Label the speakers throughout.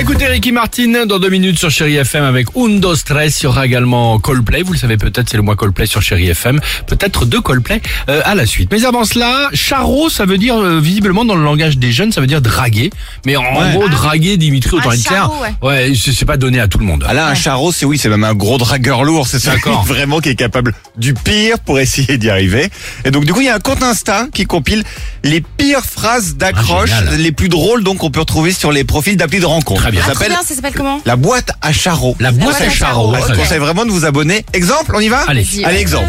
Speaker 1: écoutez Ricky Martin dans deux minutes sur Chéri FM avec Undo Stress. Il y aura également Coldplay. Vous le savez peut-être, c'est le mois Coldplay sur Chéri FM. Peut-être deux Coldplay euh, à la suite. Mais avant cela, charo, ça veut dire, euh, visiblement dans le langage des jeunes, ça veut dire draguer. Mais en gros, draguer Dimitri, autant
Speaker 2: Ah,
Speaker 1: être clair.
Speaker 2: charro,
Speaker 1: Ouais, c'est c'est pas donné à tout le monde.
Speaker 3: Ah là, un charreau, c'est oui, c'est même un gros dragueur lourd, c'est ça
Speaker 1: D'accord.
Speaker 3: vraiment qui est capable du pire pour essayer d'y arriver. Et donc du coup, il y a un compte Insta qui compile les pires phrases d'accroche,
Speaker 1: Ah, génial.
Speaker 3: les plus drôles donc qu'on peut retrouver sur les profils d'appli de rencontre.
Speaker 1: Très bien.
Speaker 3: Ça
Speaker 2: Ah, trop
Speaker 3: s'appelle
Speaker 2: bien, ça s'appelle comment
Speaker 3: la boîte à charreau.
Speaker 1: La boîte
Speaker 2: à charreau,
Speaker 3: Je
Speaker 1: ok.
Speaker 3: conseille vraiment de vous abonner. Exemple, on y va
Speaker 1: Allez.
Speaker 2: Vas-y.
Speaker 3: Allez, exemple.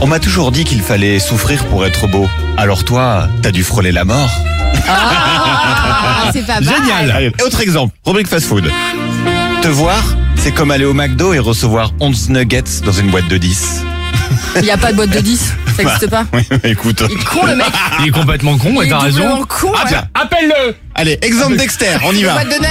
Speaker 3: On m'a toujours dit qu'il fallait souffrir pour être beau. Alors toi, t'as dû frôler la mort.
Speaker 2: Ah, c'est pas mal.
Speaker 3: Allez, autre exemple, rubrique fast-food. Te voir, c'est comme aller au McDo et recevoir 11 nuggets dans une boîte de 10.
Speaker 2: Il y a pas de boîte de 10, ça n'existe pas.
Speaker 3: Oui, écoute.
Speaker 2: Il est con le mec.
Speaker 1: Il est complètement con, et
Speaker 2: Il est
Speaker 1: t'as raison.
Speaker 2: doublement con.
Speaker 1: Ah,
Speaker 2: ouais.
Speaker 1: tiens, Appelle-le
Speaker 3: Allez, exemple Dexter, on y va.
Speaker 2: Boîte de 9.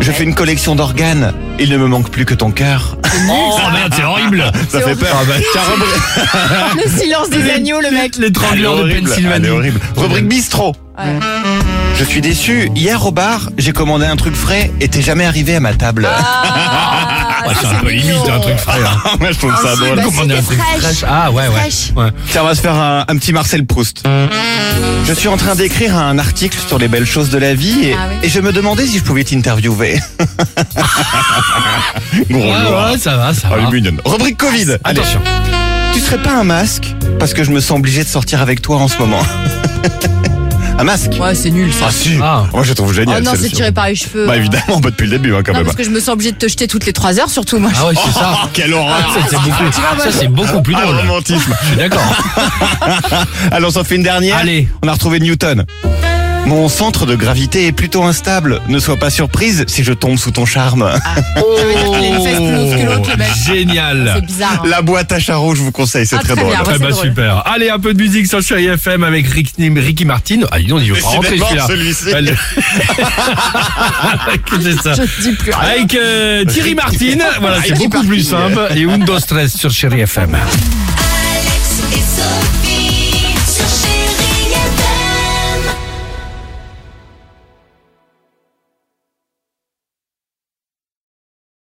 Speaker 3: Je fais une collection d'organes. Il ne me manque plus que ton cœur.
Speaker 1: Oh merde, c'est
Speaker 2: Ah,
Speaker 1: horrible
Speaker 3: Ça fait peur. bah, Tiens, rubrique-
Speaker 2: Le silence des agneaux, le mec.
Speaker 1: Les
Speaker 3: Elle est
Speaker 1: trangleurs de
Speaker 3: horrible, elle est
Speaker 1: Pennsylvanie.
Speaker 3: horrible. Rubrique bistrot.
Speaker 2: Ouais.
Speaker 3: Je suis déçu. Hier au bar, j'ai commandé un truc frais et t'es jamais arrivé à ma table.
Speaker 2: Ah,
Speaker 1: Ouais,
Speaker 2: ça,
Speaker 1: c'est un peu
Speaker 2: mignon.
Speaker 1: limite, un truc frais. hein.
Speaker 3: Moi, je trouve
Speaker 2: Ah, si, bah,
Speaker 1: Commander un
Speaker 2: c'était
Speaker 1: truc
Speaker 2: fraîche.
Speaker 1: fraîche. Ah ouais, ouais.
Speaker 2: Fraîche.
Speaker 1: ouais.
Speaker 3: Tiens, on va se faire un, un petit Marcel Proust. Je suis en train d'écrire un article sur les belles choses de la vie et,
Speaker 2: Ah oui.
Speaker 3: et je me demandais si je pouvais t'interviewer. Gros
Speaker 1: Ouais,
Speaker 3: lourd.
Speaker 1: ouais, ça va, ça
Speaker 3: Ah,
Speaker 1: va.
Speaker 3: il est mignonne. Ah, Rubrique Covid. Allez.
Speaker 1: Attention.
Speaker 3: Tu serais pas un masque Parce que je me sens obligé de sortir avec toi en ce moment. un masque
Speaker 2: Ouais, c'est nul ça.
Speaker 3: Ah si
Speaker 1: Ah.
Speaker 3: Moi je trouve
Speaker 2: Oh
Speaker 3: génial.
Speaker 2: non, c'est
Speaker 3: celle-ci.
Speaker 2: tiré par les cheveux.
Speaker 3: Bah
Speaker 2: hein.
Speaker 3: évidemment, pas depuis le début hein, quand
Speaker 2: Non,
Speaker 3: même.
Speaker 2: parce que je me sens obligé de te jeter toutes les 3 heures, surtout moi.
Speaker 1: Ah ouais, c'est ça.
Speaker 3: Oh, quelle horreur
Speaker 1: Ça, c'est beaucoup, ça, c'est beaucoup plus
Speaker 3: Ah,
Speaker 1: drôle.
Speaker 3: romantisme.
Speaker 1: Je suis d'accord.
Speaker 3: Allons, on s'en fait une dernière.
Speaker 1: Allez.
Speaker 3: On a retrouvé Newton. Mon centre de gravité est plutôt instable. Ne sois pas surprise si je tombe sous ton charme.
Speaker 2: Ah.
Speaker 3: Oh.
Speaker 2: qu'il a une fesse plus haute que l'autre, le mec.
Speaker 1: Génial.
Speaker 2: C'est bizarre. hein.
Speaker 3: La boîte à charreau, je vous conseille, c'est
Speaker 2: Ah,
Speaker 3: très,
Speaker 2: très
Speaker 3: drôle.
Speaker 2: bien. Ah ouais,
Speaker 1: Eh
Speaker 2: c'est
Speaker 1: ben,
Speaker 2: drôle.
Speaker 1: super. Allez, un peu de musique sur Chéri FM avec Rick- Ricky Martin. Ah, dis donc, il veut pas rentrer
Speaker 3: Décidément,
Speaker 1: celui-là.
Speaker 3: celui-ci.
Speaker 1: Allez. Écoutez ça.
Speaker 2: Je te dis plus rien.
Speaker 1: Avec euh, Thierry Martin. Voilà, c'est
Speaker 2: Ricky
Speaker 1: beaucoup plus simple. Et Undo Stress sur Chéri FM.